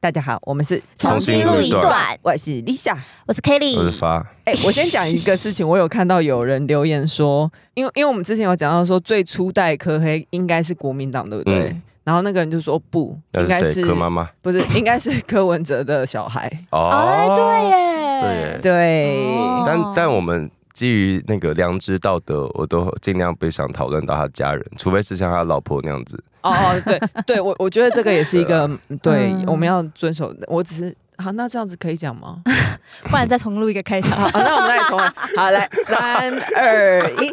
大家好，我们是重新录一段。我是 Lisa。我是我是 Kelly，发，哎、我先讲一个事情，我有看到有人留言说， 因为因为我们之前有讲到说，最初代科黑应该是国民党，对不对？然后那个人就说不，那应该是是谁？柯妈妈不是应该是柯文哲的小 孩。哎，对耶，哦对耶对，哦但但我们基于那个良知道德，我都尽量不想讨论到他家人，除非是像他老婆那样子。哦哦，对对，我我觉得这个也是一个对嗯，我们要遵守的。我只是好，那这样子可以讲吗？不然再重录一个开好，场。好那我们再重来。好，来，三二一，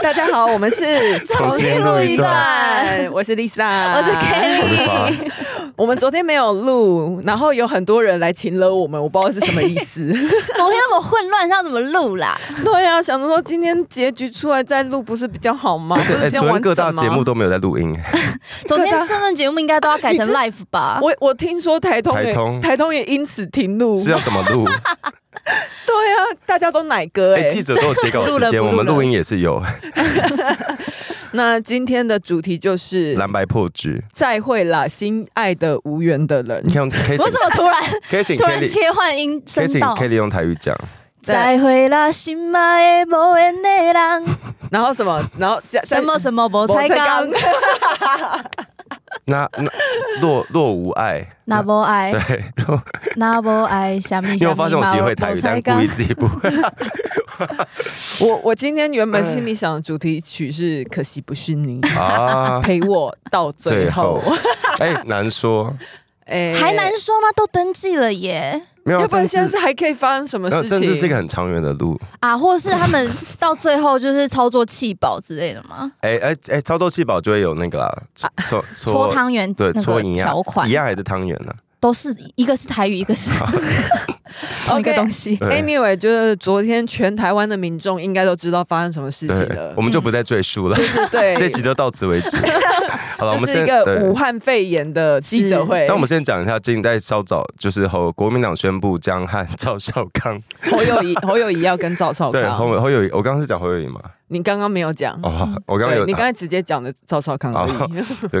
大家好，我们是重新录一段，我是 Lisa，我是我是 Kelly，发，我们昨天没有录，然后有很多人来请了我们，我不知道是什么意 思。 昨天那么混乱，要怎么录 啦？对啊，想着说今天结局出来再录不是比较好吗？不是哎，比较昨天完各整大吗节目。都没有在录音，昨天这份节目应该都要 改成你知 live 吧？我我听说台通也台通台通也因此停录，是对要怎么录？啊，大家都奶哥哎、哎，记者都有截稿对不录时间，了不录了我们录音也是有那今天的主题就是蓝白破局。再会啦，心爱的无缘的 人你。看，可以请我怎么突然可以请突然 Kelly，切换音可声以请道？ Kelly 用台语讲，再会啦，心爱的无缘的 人，然后什么？然后加什么什么无我才刚， 那那若若无爱，那无爱，对， 若那无爱，什么因为我发现我哎其实会台语，但故意自己不会。我我今天原本哎心里想的主题曲是《可惜不是你》，啊，陪我到最 最后后。，哎，难说，哎还难说吗？都登记了耶！没有，啊要不然现政在治是还可以发生什么没有事情？政治是一个很长远的路。啊，或是他们到最后就是操作弃保之类的吗？哎哎哎，超多气宝就会有那个啊啦，搓搓汤圆对，那搓个一样条款一样还是汤圆啊呢？都是一个是台语，一个 是同一个 OK 东西。对 Anyway，就是昨天全台湾的民众应该都知道发生什么事情对了，我。们就不再赘述了嗯就，是对，这集就到此为止。 好了，我就们是先一个武对。汉肺炎的记者会。那我们先讲一下，近代稍早就是后国民党宣布将和赵少康，侯友谊，侯友谊要跟赵少 对侯康，侯友宜，我刚刚是讲侯友宜嘛？你刚刚没有讲，哦，我刚刚嗯对有哦你刚才直接讲的赵少康而已。有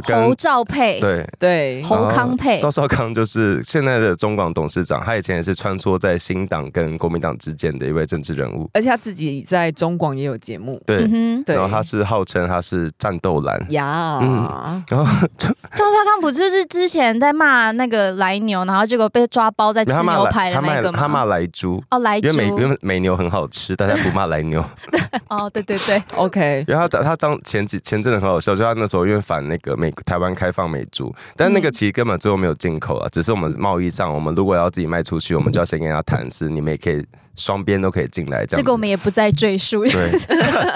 侯跟兆佩，对哦对，侯康佩赵少康就是现在的中广董事长，他以前也是穿梭在新党跟国民党之间的一位政治人物。而且他自己在中广也有节目。对，嗯对，然后他是号称他是战 斗蓝，呀，嗯 然后哼，赵少康不就是之前在骂那个来牛，然后结果被抓包在吃他骂牛排来的他那骂个他吗？骂来猪。哦，来因猪为，美因为美牛很好吃，大家不骂来 牛。哦，对对对， OK，然后他他当前几前阵子很好笑，就他那时候因为反那个美台湾开放美猪，但嗯那个其实根本最后没有进口啊，只是我们贸易上，我们如果要自己卖出去，我们就要先跟他谈，是你们也可以双边都可以进来这样子。这个我们也不再赘述。对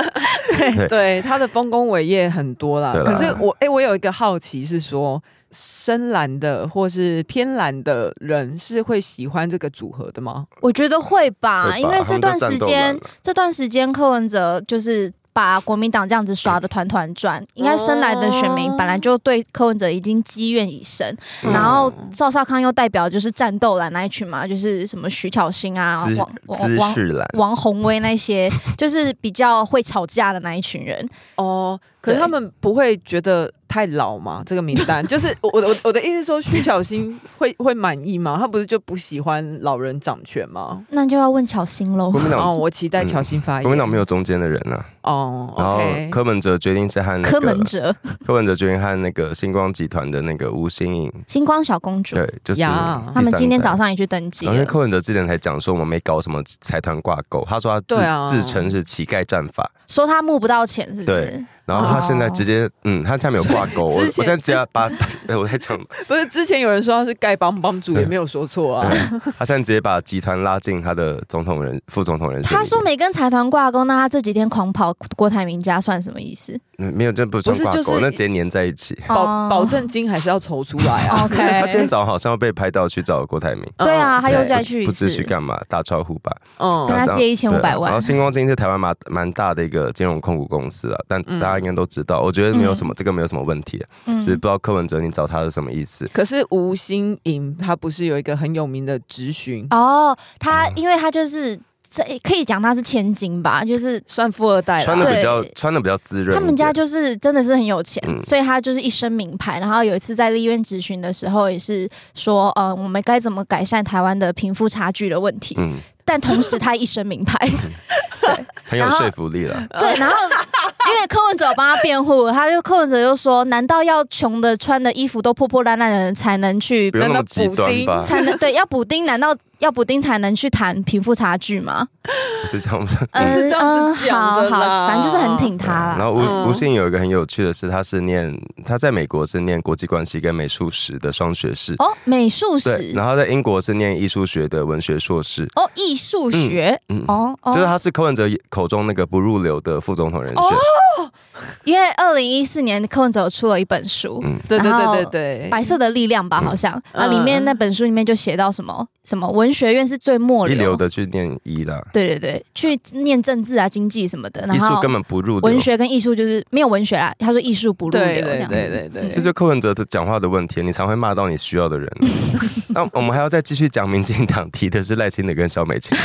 对，他的丰功伟业很多啦。对啦可是我，哎、我有一个好奇是说，深蓝的或是偏蓝的人是会喜欢这个组合的吗？我觉得会会吧，吧啊因为这段时他间们都战斗蓝，了这段时间柯文哲就是把国民党这样子刷的团团哦转，应该生来的选民本来就对柯文哲已经积怨已深，嗯然后赵少康又代表就是战斗蓝那一群嘛，就是什么徐巧芯啊、姿王王姿王势蓝，王宏威那些， 就是比较会吵架的那一群人。哦，可是对他们不会觉得太老吗？这个名 单就是我我的我的意思是说，徐巧芯会会满意吗？他不是就不喜欢老人掌权吗？那就要问巧芯喽国。民党哦，我期待巧芯发言。国民党没有中间的人啊。哦然后，OK，柯文哲决定是和那个柯文哲，柯文哲决定和那个星光集团的那个吴新颖，星光小公主，对，就是呀第三代他们今天早。上也去登记然后因为了。柯文哲之前才讲说我们没搞什么财团挂钩，他说他自、对啊自称是乞丐战法，说他募不到钱，是不是对？然后他现哦在直接、嗯，他下面有挂钩，我我之前现在直接把，哎我在讲，不是之前有人说他是丐帮帮主，也没有说错啊。他现在直接把集团拉进他的总统人副总统人选里面，他说没跟财团挂钩，那他这几天狂跑郭台铭家算什么意思？嗯没有，这不算不是挂就钩，是那直接粘在一起。哦保保证金还是要筹出来啊。 OK， 他今天早上好像被拍到去找郭台铭，对啊，嗯他又再去一不知去次，干嘛，打招呼吧。嗯跟他借1500万对然后星光金是台湾蛮蛮大的一个金融控股公司啊，但嗯大家应该都知道，我觉得没有什么、这个没有什么问题，啊嗯只是不知道柯文哲你找他是什么意思。可是吴新颖她不是有一个很有名的质询？嗯哦，他因为他就是这可以讲他是千金吧，就是算富二代穿了的。比对较穿的比较滋润一点。他们家就是真的是很有钱，嗯所以他就是一身名牌。然后有一次在立院质询的时候，也是说，呃，我们该怎么改善台湾的贫富差距的问题。嗯，但同时他一身名 牌，很有然后说服力 了。对，然后。因为柯文哲有帮他辩护，他就柯文哲就说：“难道要穷的穿的衣服都破破烂烂的人才能去不用那么极端吧？ 才能对要补丁？难道要补丁才能去谈贫富差距吗？不是这样子。不是这样子讲的嗯好啦好，反正就是很挺嗯他然后啦。吴嗯吴信有一个很有趣的是，他是念他在美国是念国际关系跟美术史的双学士，哦，美术对，史，然后在英国是念艺术学的文学硕士，哦，艺术学，嗯，哦哦，就是他是柯文哲口中那个不入流的副总统人选，因为二零一四年柯文哲有出了一本书。嗯，对对然后对对白对，色的力量吧，嗯好像嗯啊，里面那本书里面就写到什么什么文学院是最末一流流，的去念医啦，对对对，去念政治啊、经济什么的，然艺术后根本不入文流。学跟艺术就是没有文学啦，他说艺术不入对流这对样，对对对 这对，就是柯文哲的讲话的问题，你常会骂到你需要的人。那我们还要再继续讲民进党提的是赖清德跟萧美琴，嗯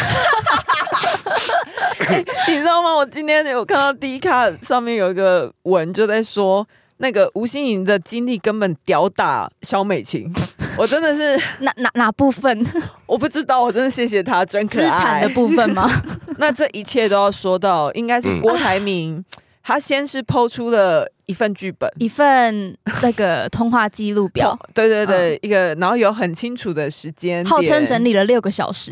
你知道吗？我今天有看到 D 卡上面有一个文，就在说那个吴欣颖的经历根本吊打肖美 琴，我真的是哪哪哪部 分我不知道，我真的谢谢她，真可资爱。产的部分吗？那这一切都要说到，应该是嗯郭台铭，他先是抛出了一份剧本。 一份那个通话记录表，嗯对对对，一个，然后有很清楚的时间点，号称整理了六个小时，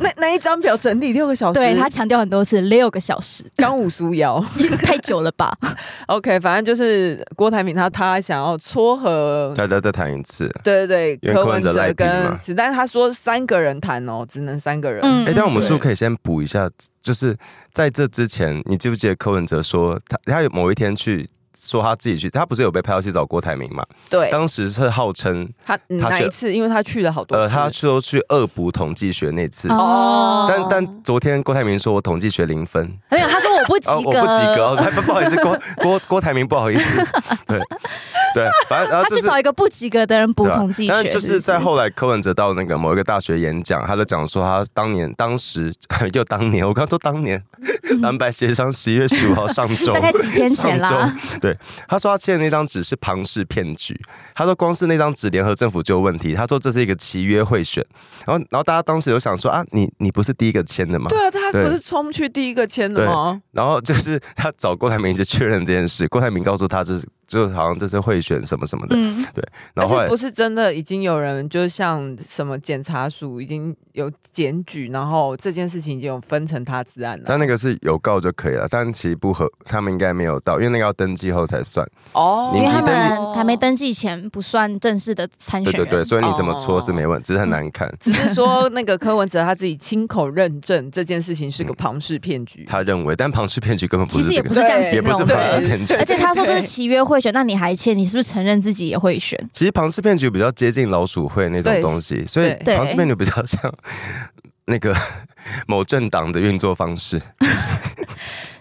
那那一张表整理六个小时，对他强调很多次六个小时，刚武苏瑶。太久了吧？ OK，反正就是郭台铭他他想要撮合，大家再谈一次。对对因为对，柯柯文文哲赖哲皮嘛跟子弹，他说三个人谈哦，只能三个人。嗯哎、但我们是不是对可以先补一下？就是在这之前，你记不记得柯文哲说他他有某一天去说他自己去，他不是有被拍到去找郭台铭嘛？对，当时是号称他嗯他哪去一次？因为他去了好多呃，次，他说去恶补统计学那次，哦但但昨天郭台铭说我统计学零分，没有，他说我不及啊，格，我不及格，哦不 不好意思，郭郭郭台铭不好 意思，对对，反正然他后这去是。找一个不及格的人补对啊统计但学，就是不在后来柯文哲到那个某一个大学演讲，他就讲说他当年当时呃又当年，我刚说当年蓝白协商十一月十五号上周 大。概几天前啦， 上周，对，他说他签的那张纸是庞氏骗局。他说光是那张纸，联合政府就有问题。他说这是一个契约贿选。然后，然后大家当时有想说啊，你你不是第一个签的吗？对啊，他对不是冲去第一个签的对吗？然后就是他找郭台铭去确认这件事，郭台铭告诉他这是就好像这是贿选什么什么的。嗯，而然后后且来不是真的，已经有人就像什么检察署已经有检举，然后这件事情已经有分成他之案了。但那个是有告就可以了，但其实不合，他们应该没有到，因为那个要登记后才算。哦你因为你他登们还没登记前不算正式的参对选对对，人，所以你怎么搓是没问只是很难哦看。只是说那个柯文哲他自己亲口认证这件事情是个庞氏骗局。嗯他认为，但庞氏骗局根本不其是实这也个不，是这样也形不是容庞氏的。 骗局。而且他说这是对契约贿选，那你还欠，你是不是承认自己也会选？其实庞氏骗局比较接近老鼠会那种对东西，所以对庞氏骗局比较像那个某政党的运作方式。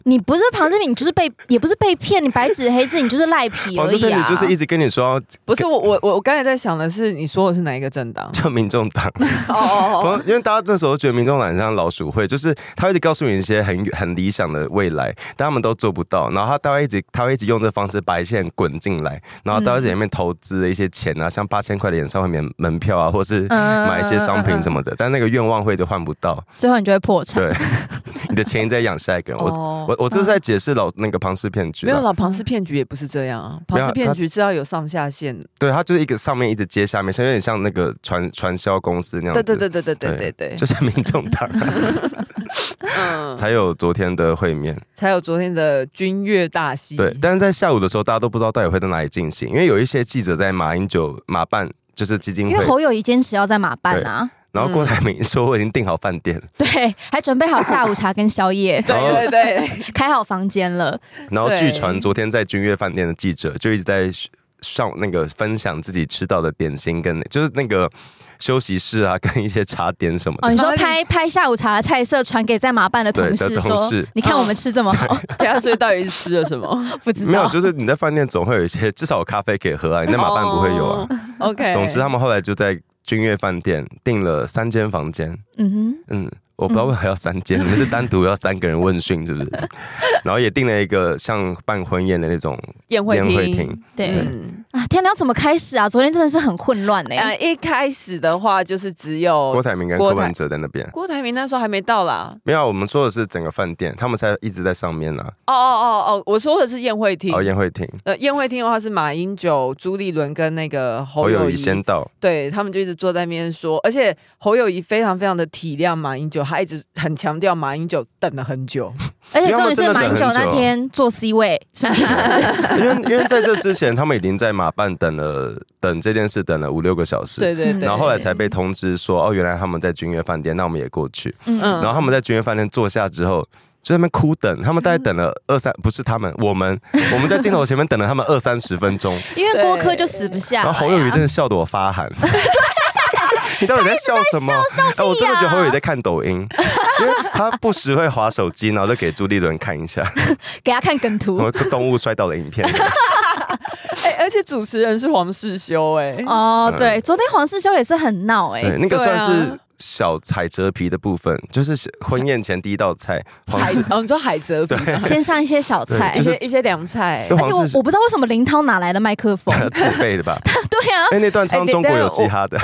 你不是庞志敏，你就是被，也不是被骗，你白纸黑字，你就是赖皮庞而氏已骗啊。局哦就是一直跟你说？不是我我我我刚才在想的是，你说的是哪一个政党 叫民众党，哦哦因为大家那时候觉得民众党很像老鼠会，就是他会一直告诉你一些很很理想的未来，但他们都做不到。然后他他会一直他会一直用这方式把一些人滚进来，然后他会嗯在里面投资的一些钱啊，像八千块的演唱会门门票啊，或是嗯买一些商品什么，么的。嗯 但那个愿望会一直换不 到，最后你就会破产。对， 你的钱一直在养下一个人。我哦我我这是在解释老那个庞氏骗局没有啊，啦，庞氏骗局也不是这样啊，没庞有氏骗他局是要有上下线的。对，他就是一个上面一直接下面，像有点像那个传传销公司那样对子，对对对对对对对对，就是民众 党嗯，才有昨天的会面。才有昨天的军乐大戏。，对，但是在下午的时候，大家都不知道到底会在哪里进行，因为有一些记者在马英九马办就是基金因会为，侯友谊坚持要在马办啊，然后郭台铭说我已经订好饭店，对，还准备好下午茶跟宵夜对对对，开好房间 了。然后对据传昨天在君悦饭店的记者就一直在上那个分享自己吃到的点心跟就是那个休息室啊，跟一些茶点什么哦，的。你说哪里拍拍下午茶的菜色传给在马办的同事对的同说事，你看我们吃这么好，等一下所以到底是吃了什么不知 没有，道。就是你在饭店总会有一些，至少有咖啡可以喝啊，你在马办不会有啊。哦？OK，总之，他们后来就在君悦饭店订了三间房间， 嗯嗯，我不知道为何要三间，你 们是单独要三个人问讯是不是？ 然后也订了一个像办婚宴的那种宴会宴会厅厅，，对嗯，啊，天哪，要怎么开始啊？昨天真的是很混乱哎、呃，一开始的话就是只郭有台铭跟郭柯台文哲在那边。郭台铭那时候还没到啦。没有啊，我们说的是整个饭店，他们才一直在上面呢、哦哦哦哦，我说的是宴会厅然。后哦宴会厅，呃，宴会厅的话是马英九、朱立伦跟那个侯侯友友谊谊，先到，对他们就一直坐在那边说，而且侯友谊非常非常的体谅马英九，他一直很强调马英九等了很久。而且因为终于是他们真的马英九等那很久天坐 C 位，什么意思？因为因为在这之前，他们已经在马办等了等这件事等了五六个小时，对对嗯对。然后后来才被通知说，哦，原来他们在君悦饭店，那我们也过去。嗯嗯，然后他们在君悦饭店坐下之后，就在那边哭等，他们大概等了二三，不是他们，我们， 我们在镜头前面等了他们二三十分钟，因为郭科就死不下然来、后啊。侯友谊真的笑得我发寒。你到底在笑什么？哎、我真的觉得侯友谊在看抖音， 因为他不时会划手机，然后就给朱立伦看一下，给他看梗图 我动物摔倒的影片。哎、而且主持人是黄世修、哎、哦，对，昨天黄世修也是很闹哎、对，那个对算啊是小彩折皮的部分，就是婚宴前第一道菜， 黄海世，哦，你说海蜇皮，先上一些小菜，一 就是些一些凉菜就。而且我黄世我不知道为什么林涛哪来的麦克风， 自备的吧？对啊，哎、那段哎唱你中国等一有下嘻哈的，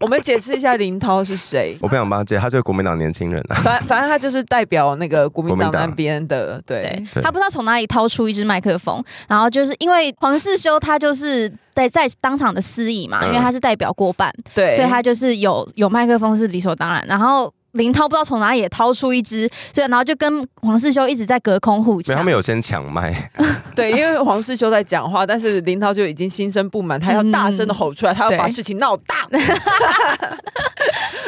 我们解释一下林涛是谁。 我不想帮他接，他就是国民党年轻人啊。反反正他就是代表那个国民党国民那党边的，对对，他不知道从哪里掏出一支麦克风，然后就是因为黄世修他就是在在当场的司仪嘛，嗯因为他是代表过半，对，所以他就是有有麦克风是理所当然。然后林涛不知道从哪里也掏出一支，所以然后就跟黄世修一直在隔空互没有，他呛们。有先抢麦， 对，因为黄世修在讲话，但是林涛就已经心生不满，他要大声的吼出来，他要把对事情闹大。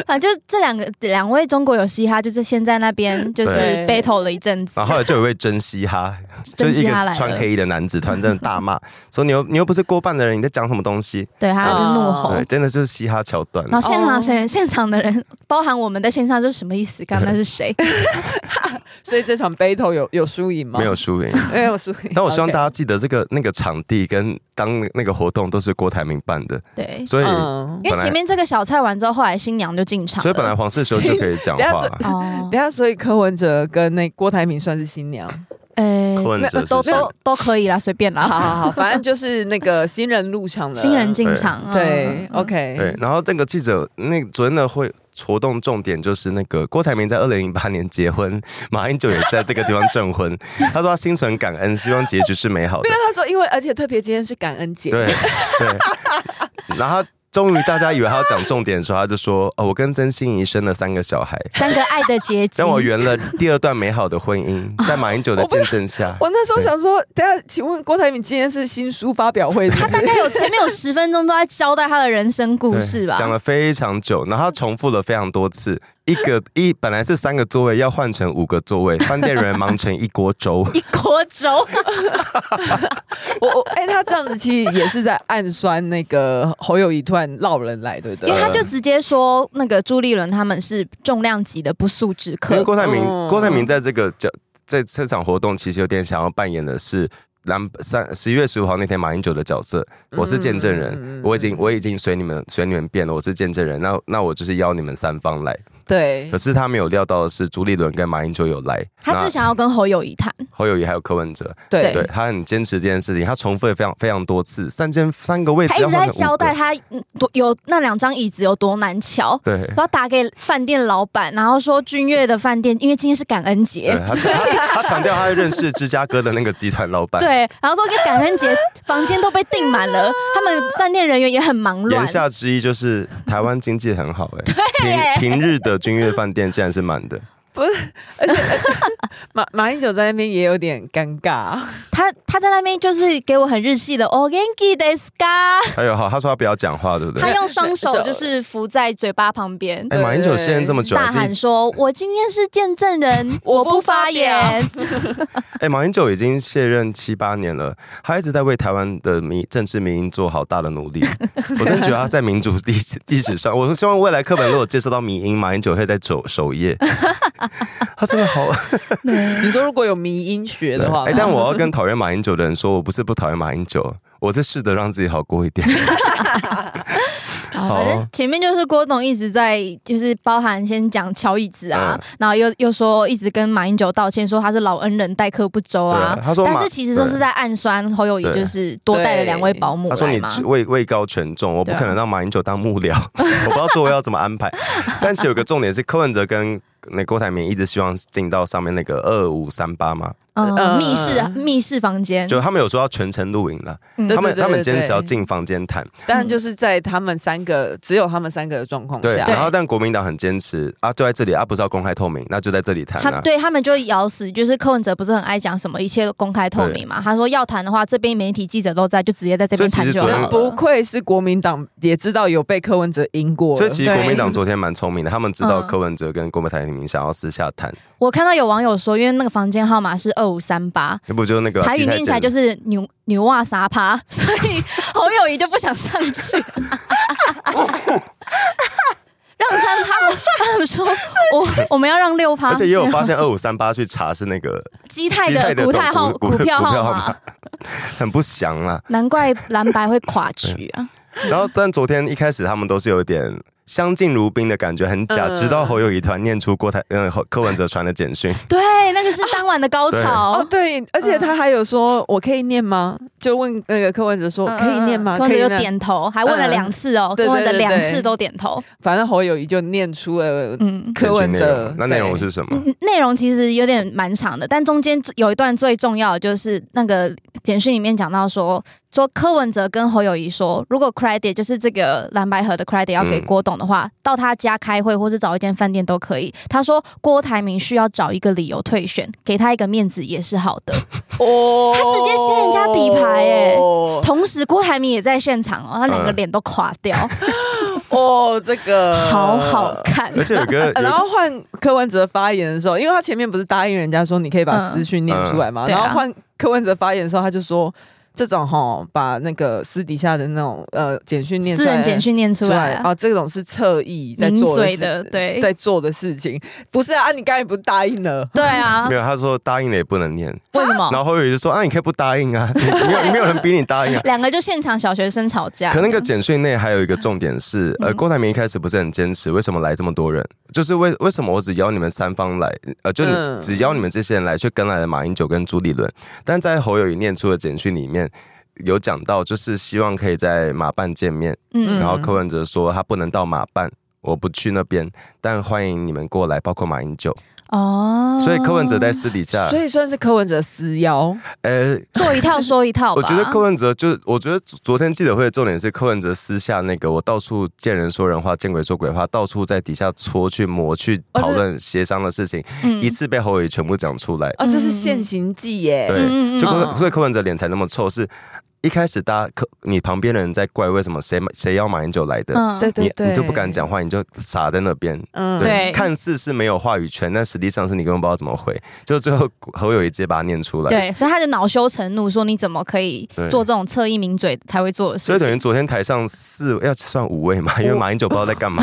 啊，就是这两个两位中国有嘻哈，就是先在那 边就是对 battle 了一阵子，然后后来就有一位真嘻哈，就是真一嘻个哈来穿了，黑衣的男子，突然在那大骂说：“你又你又不是过半的人，你在讲什么东西对，他就是怒？”吼哦。对，真的就是嘻哈桥段。然后现场哦现、现场的人，包含我们在线上，就是什么意思？刚刚那是 谁？所以这场 battle 有有输赢吗？没有，输赢，没有输赢。但我希望 OK 大家记得这个那个场地跟当那个活动都是郭台铭办的，对，所以嗯，因为本来前面这个小菜完之后，后来新娘就进场了，所以本来黄世修就可以讲等一下话是，哦 等一，下，所以柯文哲跟那郭台铭算是新娘。哎、柯文哲是都谁都都可以啦，随 便好 啦，好好，反正就是那个新人入场了，新人进场，嗯对、o k 对，然后这个记者那昨天的会活动重点就是那个郭台铭在二零零八年结婚，马英九也是在这个地方证婚。他说他心存感恩，希望结局是美好的因为。他说，因为而且特别今天是感恩节，对对，然后他终于大家以为他要讲重点的时候，他就说：“哦，我跟曾心怡生了三个小孩，三个爱的结晶让，我圆了第二段美好的婚姻，在马英九的见证下。”我那时候想说，等一下，请问郭台铭今天是新书发表会是不他是 大概有前面有十分钟都在交代他的人生故对事吧，讲了非常久，然后他重复了非常多次，一个一本来是三个座位，要换成五个座位，饭店人员忙成一锅粥。一锅 粥，我我哎、他这样子其实也是在暗酸那个侯友谊突然闹人来，对不因为对？他就直接说那个朱立伦他们是重量级的不速之因为客，郭台铭，嗯郭台铭在这个叫在这场活动，其实有点想要扮演的是蓝三十一月十五号那天马英九的角色。我是见证人，嗯我已经我已经随你们随你们便了，我是见证人。那那我就是邀你们三方来。对可，是他没有料到的是，朱立伦跟马英九有来，他只想要跟侯友谊谈，侯友谊还有柯文哲，对，对他很坚持这件事情，他重复了非常非常多次，三间三个位置他一哎要直换在成五交个代。他嗯多有那两张椅子有多难瞧，对。然后打给饭店老板，然后说君悦的饭店，因为今天是感恩对节，他强他他强调他认识芝加哥的那个集团老板，对，然后说因为感恩节房间都被订满了，他们饭店人员也很忙乱言，下之意就是台湾经济 很好哎、耶平平日的君悦饭店现在是满的，马马英九在那边也有点尴尬， 他他在那边就是给我很日系的 o g a n k i d e s k a 还有好，他说他不要讲话，对不 对？他哎、用双手手就是扶在嘴巴旁边。对马英九现在这么久大还哎是一喊直，说：“我今天是见证人，我我不不发发表言。哎、马英九已经卸任七八年了，他一直在为台湾的民政治民营做好大 的努力。我真的觉得他在民主历史历史上，我希望未来课本如果介绍到民营，马英九会在首首页。 他真的好。对，你说如果有迷音学的话， 哎、 但我要跟讨厌马英九的人说，我不是不讨厌马英九，我在试着让自己好过一 点。 好反正前面就是郭董一直在，就是包含先讲乔椅子啊，嗯然后又又说一直跟马英九道歉，说他是老恩人待客不周啊对。他说马但是其实都是在暗酸侯友谊，就是多带了两位保姆他说来你嘛。位位高权重，我不对啊可能让马英九当幕僚， 我不知道座位要怎么安 排。但是有个重点是，柯文哲跟那郭台铭一直希望进到上面那个二五三八嘛，呃嗯，密室密室房间，就他们有说要全程录影了，嗯对他们对他们坚对持要进房间谈，但就是在他们三个只有他们三个的状况对，啊下，然后但国民党很坚持啊，就在这里啊，不是要公开透明，那就在这里谈他啊。对他们就咬死，就是柯文哲不是很爱讲什么一切都公开透明嘛？他说要谈的话，这边媒体记者都在，就直接在这边谈就所以好其了。实真不愧是国民党，也知道有被柯文哲赢过了，所以其实对国民党昨天蛮聪明的，他们知道嗯柯文哲跟郭台铭想要私下谈，我看到有网友说，因为那个房间号码是二五三八，那不就是那个台语基泰念起来镇就是牛牛袜沙趴， 所以侯友谊就不想上去。让三趴，他们说 我我们要让六趴，而且也有发现二五三八去查是那个基泰基泰的的股泰号股股股票股票号号码码，很不祥啦。难怪蓝白会垮局啊！ 然后，但昨天一开始他们都是有点相敬如宾的感觉，很假。嗯直到侯友谊突然念出郭台嗯、侯柯文哲传的简讯，对，那个是当晚的高哦潮，。对，而嗯且他还有说：“我可以念吗？”就问那个柯文哲说：“嗯哦可以念吗？”柯文可以哲就念。点头，还问了嗯两次哦，对对柯文哲对对两对次都点头。反正侯友谊就念出了嗯， 柯文简讯内容哲。那内容是什 么？嗯内容其实有点蛮长的，但中间有一段最重要的就是那个简讯里面讲到说，说柯文哲跟侯友谊说，如果 credit 就是这个蓝白河的 credit 要给嗯郭董的话，到他家开会或是找一间饭店都可以。他说郭台铭需要找一个理由退选，给他一个面子也是好的。哦，他直接掀人家底牌欸哦，同时郭台铭也在现场哦，他两个嗯脸都垮掉，哦，这个好好。看。而且有个呃然有后换柯文哲发言的时候，因为他前面不是答应人家说你可以把嗯私讯念出来嘛，嗯对啊然后换柯文哲发言的时候，他就说这种哈，把那个私底下的那种呃简讯念出私来人简讯念出来啊，啊，这种是侧翼在抿做嘴事的，对在做的事情，不是啊？啊你刚才不是答应了？对啊没，有，他说答应了也不能念， 为什哦么？然后侯友谊就说啊，你可以不答应啊，你没有没有人逼你答应啊。两个就现场小学生吵架，可那个简讯内还有一个重点是，嗯呃，郭台铭一开始不是很坚持，为什么来这么多人？就是为为什么我只邀你们三方来，呃，就你嗯只邀你们这些人来，却跟来了马英九跟朱立伦。但在侯友谊念出的简讯里面。有讲到，就是希望可以在马办见面，嗯然后柯文哲说他不能到马办，我不去那边，但欢迎你们过来，包括马英九。哦，所以柯文哲在私底下，所以算是柯文哲私邀，呃，做一套说一套吧。我觉得柯文哲就，我觉得昨天记者会的重点是柯文哲私下那个，我到处见人说人话，见鬼说鬼话，到处在底下搓去磨去哦讨论协商的事情，嗯一次被侯友宜全部讲出来。啊，这是现行记耶。对，嗯嗯嗯所以柯嗯所以柯文哲脸才那么臭，是一开始大家柯你旁边的人在怪为什么谁谁要马英九来的，嗯对对你对，你就不敢，讲话，你就傻在那边。嗯对看似是没有话语权，但实际上是你根本不知道怎么回。就最后侯友宜直接把它念出来，对，所以他就恼羞成怒，说你怎么可以对做这种侧翼抿嘴才会做的所以事等于情？昨天台上四要算五位嘛，因为马英九不知道在干嘛。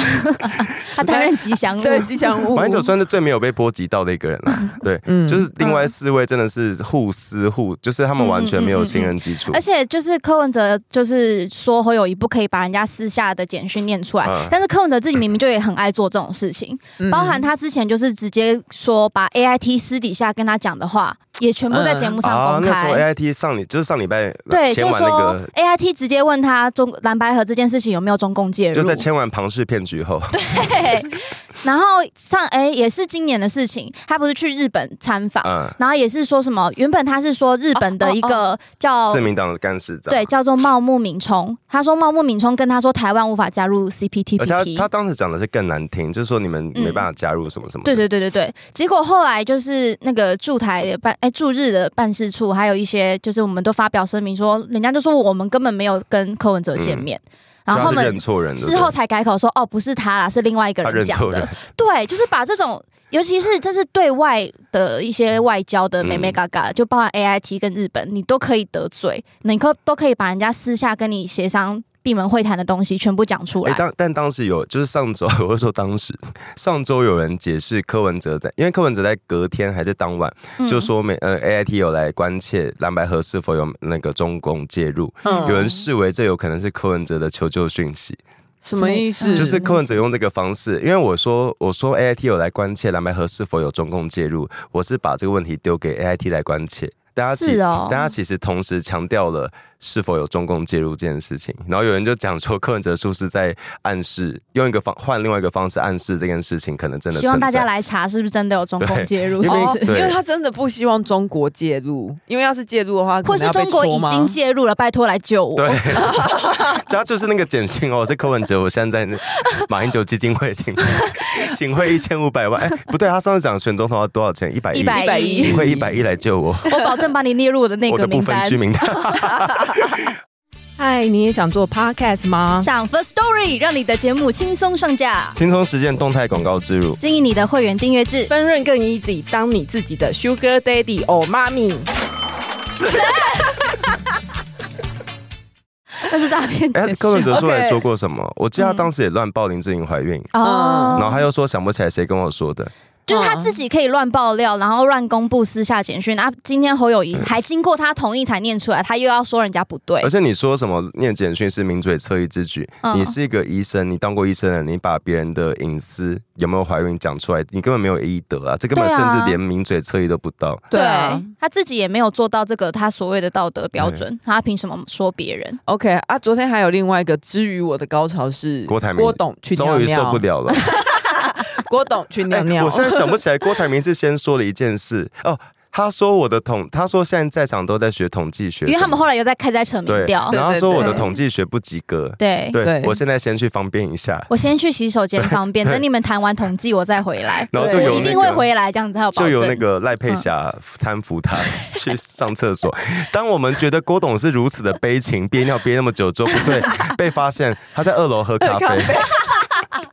他担任吉祥物，对吉祥物，马英九算是最没有被波及到的一个人了、对，嗯就是另外四位真的是互撕互，就是他们完全没有信任基础。 而且就是柯文哲，就是说侯友谊不可以把人家私下的简讯念出来，嗯但是柯文哲自己明明就也很爱做这种事情，嗯包含他之前就是直接说把 A I T 私底下跟他讲的话，也全部在节目上啊，公那时开。候 AIT 上礼就是上礼拜对，签就完那说个， A I T 直接问他中蓝白河这件事情有没有中共介入，就在签完庞氏骗局后，对，然后上哎、也是今年的事情，他不是去日本参访，嗯，然后也是说什么，原本他是说日本的一个叫、哦自民党的干事长，对，叫做茂木敏充，他说茂木敏充跟他说台湾无法加入而且他 CPTPP，他当时讲的是更难听，就是说你们没办法加入什么什么的。对对对对对，结果后来就是那个驻台的办哎驻日的办事处，还有一些就是我们都发表声明说，人家就说我们根本没有跟柯文哲见面，然后他嗯所以他是们认错人，对不事对后才改口说哦不是他啦，是另外一个他人认讲错的人，，对，就是把这种，尤其是这是对外的一些外交的嗯美美嘎嘎，就包含 A I T 跟日本，你都可以得罪，你可都可以把人家私下跟你协商。闭门会谈的东西全部讲出哎、来。当但当时有，就是上周， 我就说当时上周有人解释柯文哲在，因为柯文哲在隔天还是当晚、嗯就说美呃 A I T 有来关切蓝白河是否有那个中共介入，嗯有人视为这有可能是柯文哲的求救讯息，什么意思？就是柯文哲用这个方式，因为我说我说 A I T 有来关切蓝白河是否有中共介入，我是把这个问题丢给 A I T 来关切。大家其是哦大家其实同时强调了是否有中共介入这件事情，然后有人就讲说柯文哲是不是在暗示用一个方换另外一个方式暗示这件事情可能真的希望大家存在来查是不是真的有中共对介入，因是为不哦是？因对为他真的不希望中国介入，因为要是介入的话，可或能是要被中国戳已吗经介入了，拜托来救我。对，他就是那个简讯哦，我是柯文哲，我现在在那马英九基金会，请 请汇一千五百万，哎，不对，他上次讲选总统要多少钱？一百亿， 100一百亿一请汇一百亿来救我。我保证把你列入我的 那我个的不名分单区。名单。嗨，你也想做 podcast 吗？上 First Story 让你的节目轻松上架，轻松实践动态广告植入。 经营你的会员订阅 制。分润更 easy，当你自己的 sugar daddy or mommy。那是诈骗哎简，柯文讯哲出来 OK 说过什么？我记得他当时也乱报林志颖怀孕，嗯然后哦，他又说想不起来谁跟我说的。就是他自己可以乱爆料，然后乱公布私下简讯。啊，今天侯友谊还经过他同意才念出来，他又要说人家不对而。且你说什么念简讯是抿嘴侧翼之举？嗯你是一个医生，你当过医生的人，你把别人的隐私有没有怀孕讲出来，你根本没有医德啊！这根本对甚啊至连抿嘴侧翼都不到。对啊他自己也没有做到这个他所谓的道德标准，他凭什么说别人？ ，OK 啊，昨天还有另外一个，之于我的高潮是郭台铭郭董去尿终于尿，受不了 了， 郭董去尿哎尿。我现在想不起来，郭台铭是先说了一件事哦，他说我的统，他说现在在场都在学统计学什么的，因为他们后来又在开在扯对民，调。然后对说我对的统计学不及格，哎对，对对我现在先去方便一下，我先去洗手间方便， 对等你们谈完统计我再回来。 然后就对有、那我个、一定会回来，这样才有保就证。有那个赖佩霞搀扶他去上厕所。当我们觉得郭董是如此的悲情，憋尿憋那么久之后，不对，被发现他在二楼喝咖啡喝咖，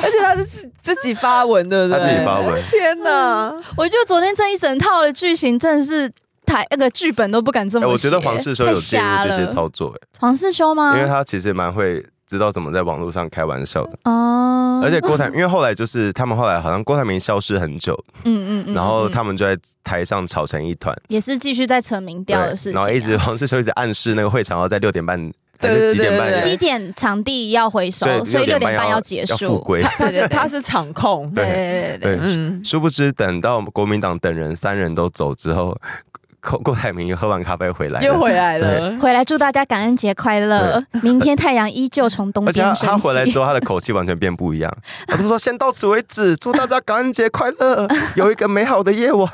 而且他是自自己发文，对不他对？自己发。文。天哪！我觉得昨天这一整套的剧情真的是台那个剧本都不敢这哎、么写、我觉得黄世修有太介入瞎这些了啊操作、哎黄世修吗？因为他其实蛮会知道怎么在网络上开玩笑的。哦，而且郭台，因为后来就是他们后来好像郭台铭消失很久，嗯嗯嗯，然后嗯他们就在台上吵成一团。也是继续在扯民调的事对情、啊然后一直黄世修一直暗示那个会场要在六点半还是对对几点半，对对七点场地要回收，所所以六以六点点半半要要结要复束。归。他对对是对他是场控，对对对 对对，嗯，殊不知等到国民党等人三人都走之后， 郭郭台铭又喝完咖啡回来了，又回来了。对，回来祝大家感恩节快乐！明天太阳依旧从东而且他边升他回来起之。后，他的口气完全变不一 样。他就说：“先到此为止，祝大家感恩节快乐，有一个美好的夜晚。”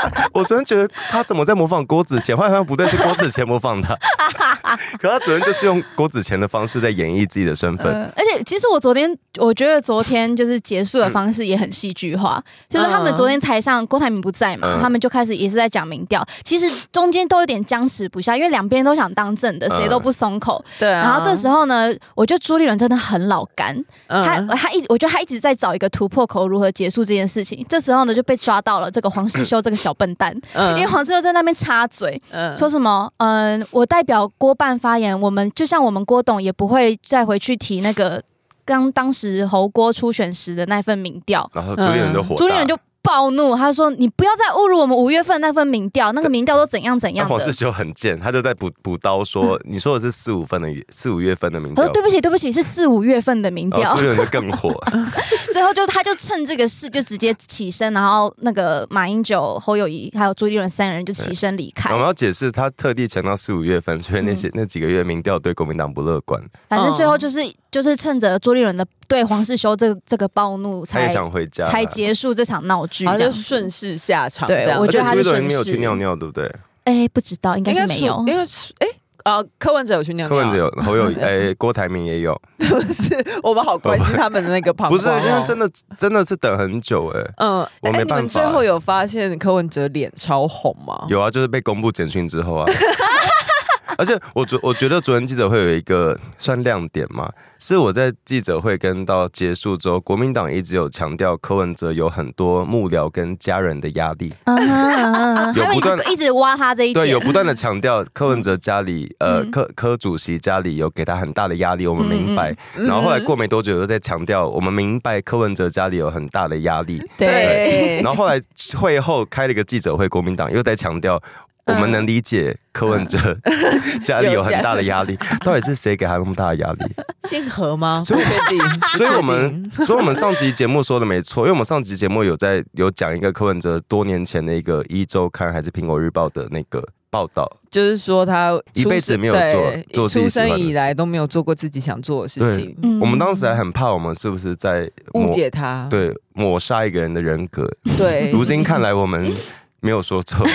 我昨天觉得他怎么在模仿郭子乾，好像不对，是郭子乾模仿他。 可他昨天就是用郭子乾的方式在演绎自己的 身份。而且，其实我昨天我觉得昨天就是结束的方式嗯也很戏剧化，就是他们昨天台上郭台铭不在嘛，嗯他们就开始也是在讲民调，其实中间都有点僵持不下，因为两边都想当正嗯的，谁都不松口。对啊。然后这时候呢，我觉得朱立伦真的很老干，嗯他他一我觉得他一直在找一个突破口，如何结束这件事情。这时候呢，就被抓到了这个黄世修这个小笨蛋，因嗯为黄世修在那边插嘴。嗯说什么？嗯，我代表郭办发言，我们就像我们郭董也不会再回去提那个刚当时侯郭初选时的那份民调。然后朱立伦就火大，嗯朱立伦就暴怒，他说：“你不要再侮辱我们五月份那份民调，那个民调都怎样怎那样的。”黄世修很贱，他就在补补 刀说：“你说的是四五份的四五月份的民他调哦说：“。对不起，对不起，是四五月份的民”然调。后朱”立伦就更火， 最后就他就趁这个事就直接起身，然后那个马英九、侯友谊还有朱立伦三人就起身离开我。们要解释他特地强调四五月份，所以那嗯些、那几个月民调对国民党不乐观，反正最后就是就是趁着朱立伦的对黄世修这这个暴怒他也才想回家啦。才结束这场闹剧。然后这就样顺势下场，对这样我而觉且得他朱是立伦没有顺势去尿尿，对不对？哎，不知道应该是没有应。该是哎。呃，柯文哲有去尿尿，柯文哲有，侯友宜，哎，郭台铭也有，不是， 我们好关心他们的那个膀胱、哦 不是，啊因为真的，的真的是等很久哎、嗯，我没哎你办法欸们最后有发现柯文哲脸超红吗？哦有啊，就是被公布简讯之后啊， 而且我昨我觉得昨天记者会有一个算亮点嘛，是我在记者会跟到结束之后，国民党一直有强调柯文哲有很多幕僚跟家人的压力，嗯哼嗯哼 有他们一不断直一直挖他这一对，有点，不断的强调柯文哲家里，呃，嗯柯柯主席家里有给他很大的压力，我们明白。嗯然后后来过没多久又在强调，我们明白柯文哲家里有很大的压力。 对， 对，然后后来会后开了一个记者会，国民党又在强调。我们能理解柯文哲嗯 家里有很大的压力，到底是谁给他那么大的压 力？姓何吗？所以不确定，所以我不确定们，所以我们上集节目说的没错，因为我们上集节目有在有讲一个柯文哲多年前的一个《一周刊》还是《苹果日报》的那个报道，就是说他一出辈世子没有对做做自己出喜欢生的以事来都没有做过自己想做的事对情，嗯我们当时还很怕我们是不是在抹误解他，对抹杀一个人的人格。对，如今看来，我们没有说错。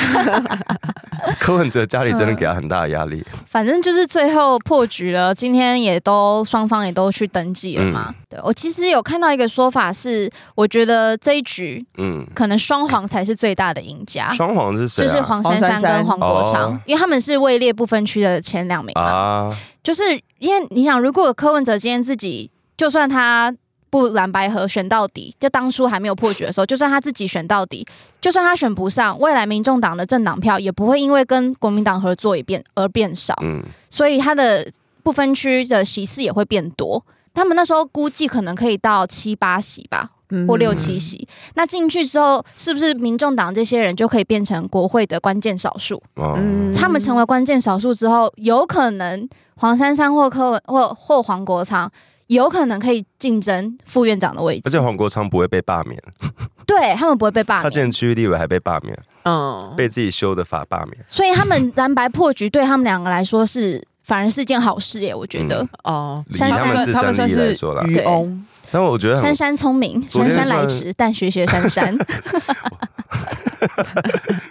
柯文哲家里真的给他很大的压力，嗯反正就是最后破局了。今天也都双方也都去登记了嗯嘛。对我其实有看到一个说法是，我觉得这一局嗯。可能双黄才是最大的赢家，双黄是谁、就啊？是黄珊黄珊珊珊跟黄国昌，哦因为他们是位列不分区的前两名嘛。啊，就是因为你想，如果柯文哲今天自己，就算他不蓝白合选到底，就当初还没有破局的时候，就算他自己选到底，就算他选不上，未来民众党的政党票也不会因为跟国民党合作也变而变少，嗯，所以他的不分区的席次也会变多。他们那时候估计可能可以到七八席吧，嗯或六七席。那进去之后，是不是民众党这些人就可以变成国会的关键少数？哦，嗯他们成为关键少数之后，有可能黄珊珊或柯文或或黄国昌。有可能可以竞争副院长的位而置，且黄国昌不会被罢免，对他们不会被罢他之免，前区域立委还被罢免，嗯被自己修的法罢免。所以他们蓝白破局对他们两个来说是反而是件好事耶，我觉嗯得。哦，以珊他珊们算自他们算身利益来是说啦，渔对翁，但啊我觉得很珊珊聪明，昨姗天姗来算迟，但学学姗 姗。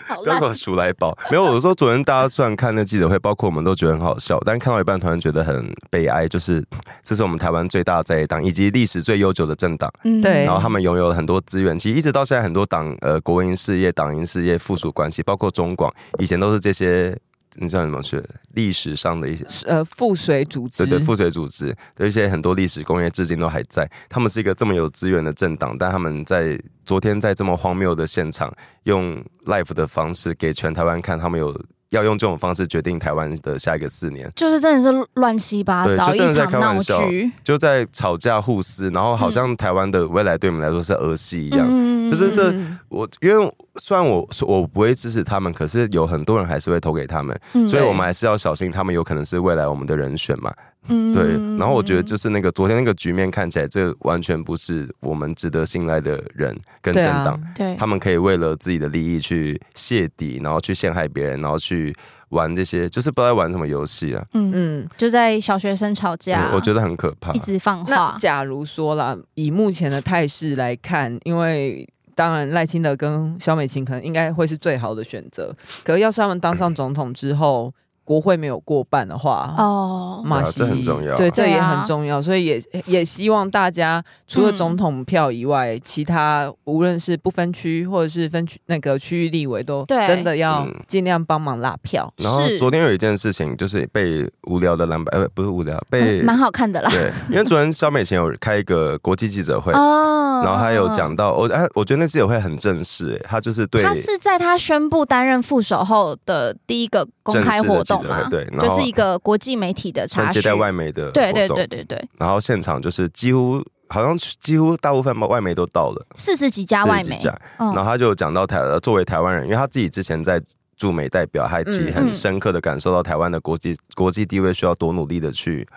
好不要烂给，我数来宝。没有，我说昨天大家虽然看那记者会，包括我们都觉得很好笑，但看到一半突然觉得很悲哀，就是这是我们台湾最大的在野党，以及历史最悠久的政党，嗯对然后他们拥有了很多资源。其实一直到现在，很多党呃国营事业、党营事业附属关系，包括中广，以前都是这些。你知道你们去历史上的一些呃，赋水组织，对对，赋水组织的一些很多历史工业，至今都还在。他们是一个这么有资源的政党，但他们在昨天在这么荒谬的现场，用 live 的方式给全台湾看，他们有要用这种方式决定台湾的下一个四年，就是真的是乱七八对糟，就真一的在场开玩闹笑剧，就在吵架互撕，然后好像台湾的未来对我们来说是儿戏一样。嗯就是这嗯我因为虽然我我不会支持他们，可是有很多人还是会投给他们，嗯所以我们还是要小心，他们有可能是未来我们的人选嘛。嗯对，然后我觉得就是那个昨天那个局面看起来，这完全不是我们值得信赖的人跟对政啊党，对他们可以为了自己的利益去泄底，然后去陷害别人，然后去玩这些，就是不知道在玩什么游戏啊、嗯，嗯，就在小学生吵架，嗯我觉得很可怕啊一。直放话那，假如说啦，以目前的态势来看，因为当然赖清德跟萧美琴可能应该会是最好的选择，可是要是他们当上总统之后，国会没有过半的话，哦，马对啊西、这很重要对，这对也啊很重要，所以也也希望大家除了嗯总统票以外，其他无论是不分区或者是分区那个区域立委都对真的要嗯尽量帮忙拉票。然后是昨天有一件事情，就是被无聊的蓝白，呃，不是无聊，被嗯蛮好看的啦。对，因为昨天萧美琴有开一个国际记者会，哦然后她有讲，到，我哎，我觉得那记者会很正式、哎她就是对他是在他宣布担任副手后的第一个公开活动嘛，正式的记者会对然后就是一个国际媒体的穿查接询，待外媒的对对活动对对对，然后现场就是几乎好像几乎大部分外媒都到了，四十几家外40媒几，家然后嗯，他就讲到台呃作为台湾人，因为他自己之前在驻美代表，还其实嗯很嗯深刻的感受到台湾的国际国际地位需要多努力的去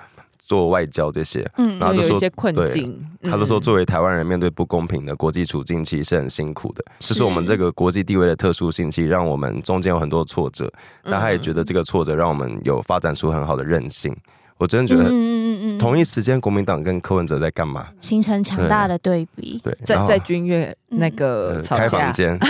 做外交这些。嗯然后就就有说一些困对境，他都说，嗯作为台湾人面对不公平的国际处境，其实是很辛苦的。是就是我们这个国际地位的特殊性，其实让我们中间有很多挫折。嗯那他也觉得这个挫折让我们有发展出很好的韧性。我真的觉嗯得，嗯嗯嗯同意一时间国民党跟柯文哲在干嘛？形成强大的对比。对，然在后在君悦那个呃吵开架 房，间，对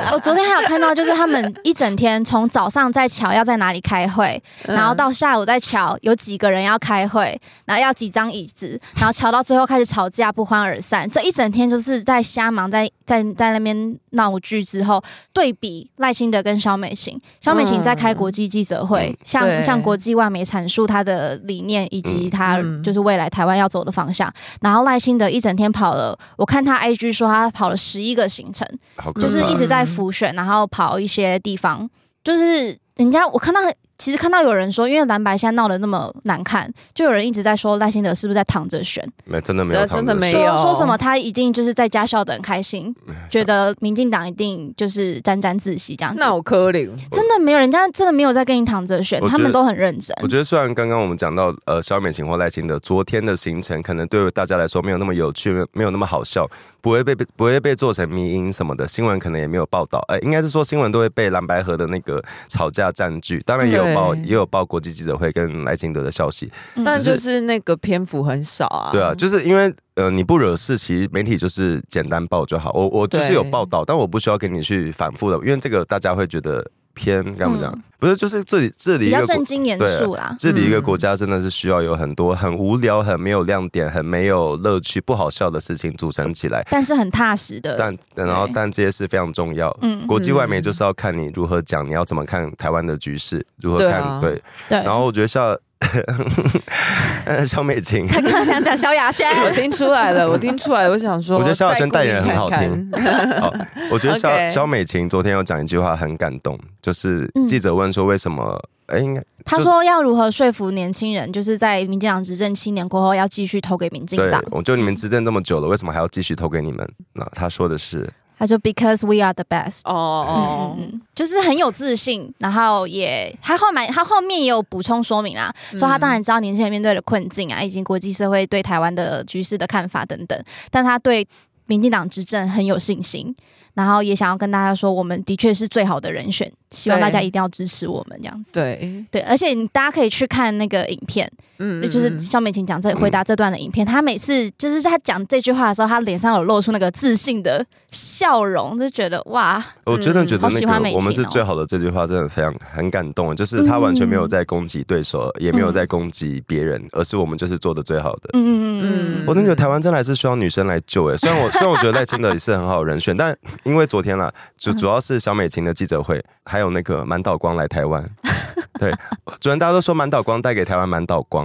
哦我昨天还有看到，就是他们一整天从早上在瞧要在哪里开会，然后嗯嗯到下午再瞧有几个人要开会，然后要几张椅子，然后瞧到最后开始吵架，不欢而散。这一整天就是在瞎忙，在在在那边闹剧之后，对比赖清德跟萧美琴，萧美琴在开国际记者会，嗯对向向国际外媒阐述她的理念以及她嗯就是未来台湾要走的方向。然后赖清德一整天跑了，我看他 IG 说他跑了十一个行程，好可怕，就是一直在浮选，然后跑一些地方，就是人家我看到。其实看到有人说，因为蓝白现在闹得那么难看，就有人一直在说赖清德是不是在躺着选，没真的没有这他啊真的们没事有说说什么他一定就是在家笑得很开心，觉得民进党一定就是沾沾自喜这样子。那我柯林，真的没有，人家真的没有在跟你躺着选我，觉得他们都很认真。我觉得虽然刚刚我们讲到呃肖美琴或赖清德昨天的行程，可能对大家来说没有那么有趣，没有没有那么好笑，不会被不会被做成迷因什么的，新闻可能也没有报道。哎、应该是说新闻都会被蓝白河的那个吵架占据，当然也有报对也有报国际记者会跟赖清德的消息。嗯但就是那个篇幅很少啊。对啊，就是因为呃你不惹事，其实媒体就是简单报就好。我我就是有报道，但我不需要跟你去反复的，因为这个大家会觉得偏该怎么讲？嗯不是，就是这里这里比一较个国啊正嗯经严肃啦。治理一个国家真的是需要有很多很无聊、很没有亮点、很没有乐趣、不好笑的事情组成起来。但是很踏实的，但然后，但这些事非常重要。呃嗯，国际外媒就是要看你如何讲，你要怎么看台湾的局势，如何对看啊对。对。然后我觉得 像肖美琴，他刚刚想讲萧亚 轩，我听出来了，我听出来了，我想说，我觉得萧亚轩代言人很好再听故意看看。 好，我觉得肖 OK 肖美琴昨天有讲一句话很感动，就是嗯记者问说为什么？哎，应该他说要如何说服年轻人，就是在民进党执政七年过后要继续投给民进对党。，我就你们执政这么久了，为什么还要继续投给你们？那他说的是他就 Because we are the best。 哦哦嗯，嗯，嗯就是很有自信，然后也他后面他后面也有补充说明啦，嗯说他当然知道年轻人面对的困境啊，以及国际社会对台湾的局势的看法等等，但他对民进党执政很有信心，然后也想要跟大家说，我们的确是最好的人选，希望对大家一定要支持我们这样子。对，对，而且你大家可以去看那个影片，嗯 就是肖美琴讲这回答这段的影片，她每次就是在她讲这句话的时候，她脸上有露出那个自信的笑容，就觉得哇，我真的觉得好那喜欢个美“我们琴是哦最好的”这句话真的非常很感动，就是他完全没嗯有在攻击对手，也没有在攻击别人，而是我们就是做的最好的。嗯嗯嗯嗯我真的觉得台湾真的还是需要女生来救 诶、虽然我虽然我觉得赖清德也是很好的人选，但因为昨天啦，主嗯主要是小美琴的记者会，还有那个满岛光来台湾， 对，昨天大家都说满岛光带给台湾满岛 光，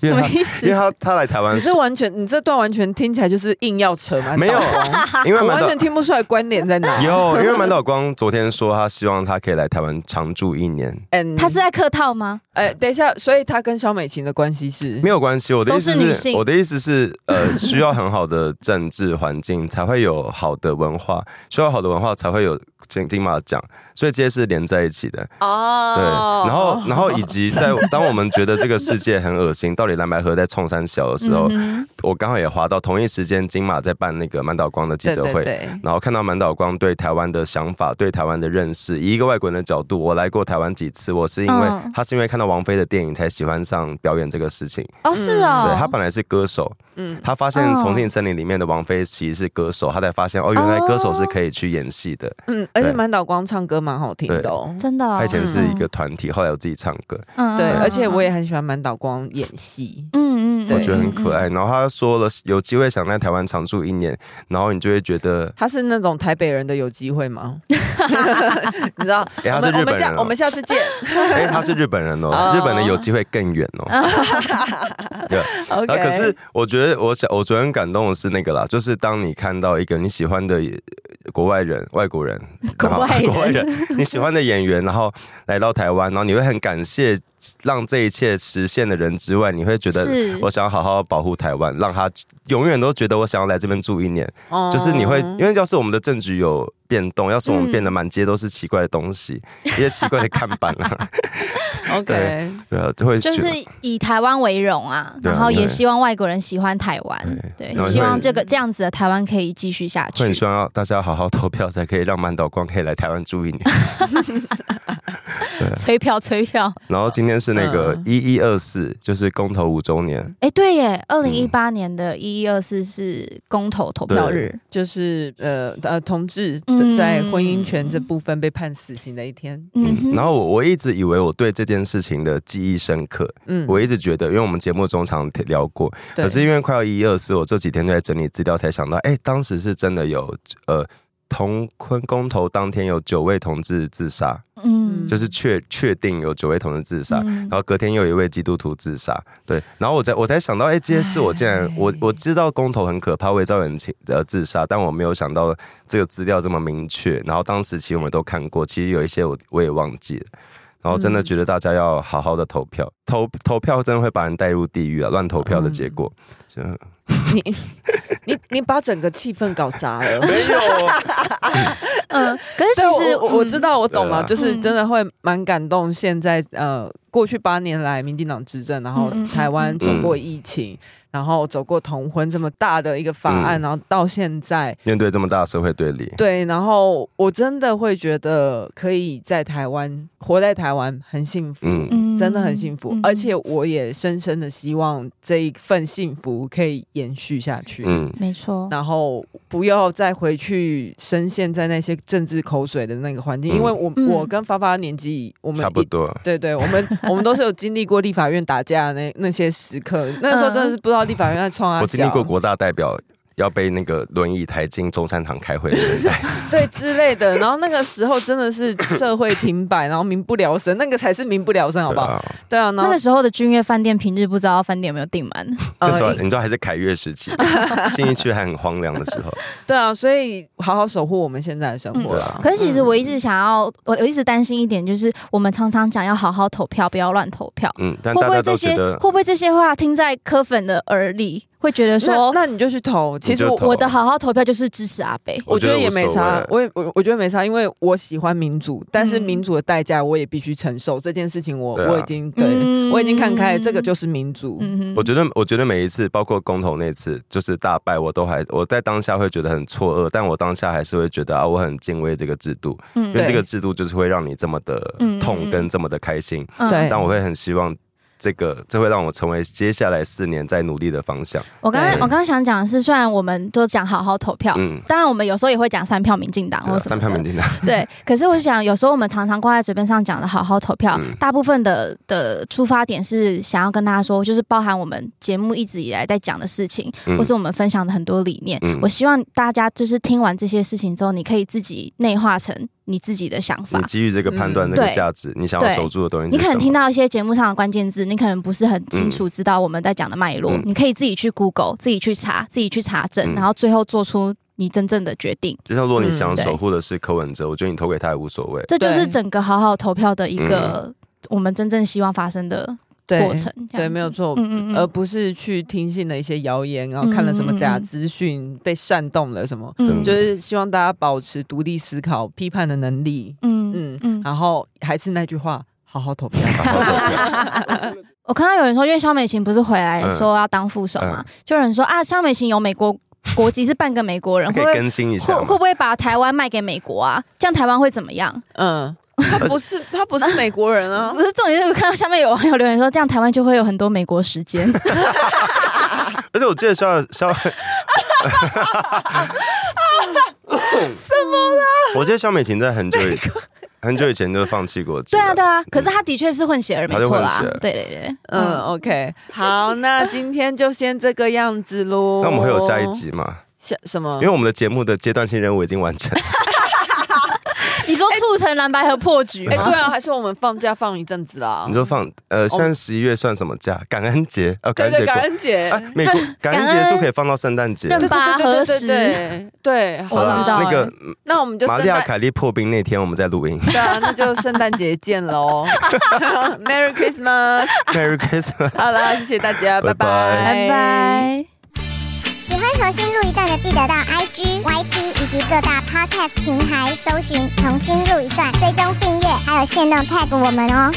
因什么为他意因为思？他他来台湾你是完全，你这段完全听起来就是硬要扯吗？没有导播， 因为我满完岛全听不出来关联在哪。有，因为满岛光昨天说他希望他可以来台湾常住一年。嗯他是在客套吗？哎，等一下，所以他跟萧美琴的关系是没有关系，我的意思都是女是，性我的意思是，呃，需要很好的政治环境才会有好的 文化，需要好的文化才会有金金马奖，所以这些是连在一起的。哦对，然后然后以及在当我们觉得这个世界很恶心，到底蓝白河在冲三小的时候，嗯哼我刚好也滑到同一时间金马在办那个满岛光的记对者对会，对，然后看到满岛光对台湾的想法、对台湾的认识，以一个外国人的角度，我来过台湾几次，我是因为、嗯他是因为看到王菲的电影才喜欢上表演这个事情。哦，是对他哦，本来是歌手，嗯，他发现《重庆森林》里面的王菲其实是歌手，他才发现哦，原来歌手是可以去演戏的。嗯，而且对满岛光唱歌蛮好听的哦。真的哦，他以前是一个团体，后来我自己唱歌，嗯，嗯对，而且我，也嗯很喜欢满岛光演戏。嗯嗯嗯，对我觉得很可爱。然后他说了，有机会想在台湾常住一年，然后你就会 觉得，他是那种台北人的有机会吗？ 你知道，哎，他我们是日我们本人下我哦们，下次见。 哎，他是日本人哦哦，日本的有机会更远哦。 OK，然后啊呃可是我觉得，我想我昨天感动的是那个啦，就是当你看到一个你喜欢的呃国外人、外 国人、国外然后人国外人，你喜欢的演员，然后来到台湾，然后你会很感谢让这一切实现的人之外，你会觉得。是我想要好好保护台湾，让他永远都觉得我想要来这边住一年。啊哦就是你会，因为要是我们的政局有变动，要是我们变得满街都是奇怪的 东西，一些奇怪的看板啊， OK，对啊，就会就觉是得以台湾为荣啊，对啊然后也对希望外国人喜欢台湾，对然后，希望会这个这样子的台湾可以继续下会去很。希望大家好好投票，才可以让满岛光可以来台湾住一年。催票催票，然后今天是那个嗯一一二四，就是公投五周年，哎，对耶，二零一嗯八年的一一二四是公投投票日，就是呃呃，同志嗯在婚姻权这部分被判死刑的一天。嗯嗯，哼，然后我我一直以为我对这件事情的记记忆深刻。嗯，我一直觉得，因为我们节目中常聊过，对可是因为快要一二四，我这几天都在整理资料，才想到，哎、当时是真的有呃。同婚公投当天有九位同志自杀，嗯，就是啊确确定有九位同志自杀，嗯然后隔天又有一位基督徒自杀，对，然后我才我才想到，哎、这些事我竟然我我知道公投很可怕，我也知道有人情呃自杀，但我没有想到这个资料这么明确。然后当时其实我们都看过，其实有一些我我也忘记了。然后真的觉得大家要好好的投票，投投票真的会把人带入地狱啊！乱投票的结果，就 你你你把整个气氛搞砸了。哎没有，嗯，可 是其对，实呃我我我知嗯道，我懂了，对啊就是真的会蛮感动。现在呃，过去八年来，民进党执政，然后嗯嗯嗯台湾嗯走过疫情，然后走过同婚这么大的一个法案，嗯然后到现在， 面对这么大的社会对立，对，然后我真的会觉得可以在台湾活在台湾很幸福。嗯嗯真的很幸福，嗯而且我也深深的希望这一份幸福可以延续下去。嗯没错，然后不要再回去深陷在那些政治口水的那个环境，嗯因为我、嗯我跟发发年纪，我们差不一多。对对，我们我们都是有经历过立法院打架的那那些时刻，那时候嗯真的是不知道立法院在创啊，我经历过国大代表要被那个轮椅抬进中山堂开会的年 代， 对之类的，然后那个时候真的是社会停摆，然后民不聊生，那个才是民不聊生，好不好？对啊，然那后个时候的君悦饭店平日不知道饭店有没有订满，那时候呃你知道还是凯越时 期，新一区还很荒凉的时候，对啊，所以好好守护我们现在的生活对啦。啊，可是其实我嗯一直想要，我我一直担心一点，就是我们常常讲要好好投票，不要乱投票，嗯，但会不大会家这都些觉会得不会这些话听在柯粉的耳里，会觉得说那那你就去投，其实我你就投我的好好投票就是支持阿北？我觉得也没差，我我也我我觉得没差，因为我喜欢民主，但是嗯民主的代价我也必须承受。这件事情我、对啊我已经对、嗯我已经看开了，这个就是民主。嗯哼我觉得我觉得每一次，包括公投那次，就是大败，我都还我在当下会觉得很错愕，但我当下还是会觉得啊，我很敬畏这个制度，嗯因为对这个制度就是会让你这么的嗯痛嗯跟这么的开心，嗯对但我会很希望。这个，这会让我成为接下来四年在努力的方向。我刚刚对我刚刚想讲的是，虽然我们都讲好好投票。嗯，当然，我们有时候也会讲三票民进党对啊或什三么的票民进党， 对，可是我想，有时候我们常常挂在嘴边上讲的好好投票，嗯大部分的的出发点是想要跟大家说，就是包含我们节目一直以来在讲的事情，嗯或是我们分享的很多理念。嗯我希望大家就是听完这些事情之后，你可以自己内化成你自己的想法你。基于这个判断嗯这个对价值，你想要对守住的东西是你什可么，能听到一些节目上的关键字，你可能不是很清楚知道我们在讲的脉络，嗯你可以自己去 Google，自己去查，自己去查证，嗯然后最后做出你真正的决定。就像如果你嗯想对守护的是柯文哲，我觉得你投给他也无所谓。这就是对整个好好投票的一嗯个我们真正希望发生的对过程。这样对，没有错。嗯嗯嗯而不是去听信了一些谣言，然后嗯看了什么假嗯嗯嗯资讯，被煽动了什么，嗯就是希望大家保持独立思考、批判的能力。嗯嗯嗯。然后还是那句话，好好投票。 我看到有人说，因为肖美琴不是回来嗯说要当副手嘛，就有人说啊，肖美琴有美国国籍，是半个美国人， 会可以不会更新一会下会吗，不会把台湾卖给美国啊？这样台湾会怎么 样？嗯，他不是他不是美国人啊 不，是重点，是我看到下面有网友留言说，这样台湾就会有很多美国时 间。而且我记得肖肖什么啦？我记得肖美琴在很久以前，很久以前就放弃国籍对了。啊，对啊，可是他的确是混血儿，没他是错啦混血儿。对对对，嗯嗯， ，OK，好，那今天就先这个样子喽。那我们会有下一，集嘛？下什么？因为我们的节目的阶段性任务已经完成，你说促成蓝白和破局哎、吗？对啊，还是我们放假放一阵子啊啦你。就放呃，现在十一月算什么假？感恩节啊，对感恩对，节感过恩节，哎，美国感恩节是不是可以放到圣诞节？任对对八对对和对十对对，好我啦知道那个那我们就玛圣利亚诞，凯莉破冰那天我们在录音对啊，那就圣诞节见 喽 ，Merry Christmas！ ，Merry Christmas。好啦，谢谢大家，拜拜拜拜拜。喜欢重新录一段的，记得到 IG、YT 以及各大 Podcast 平台搜寻“重新录一段”，追踪订阅，还有限定 tag 我们哦。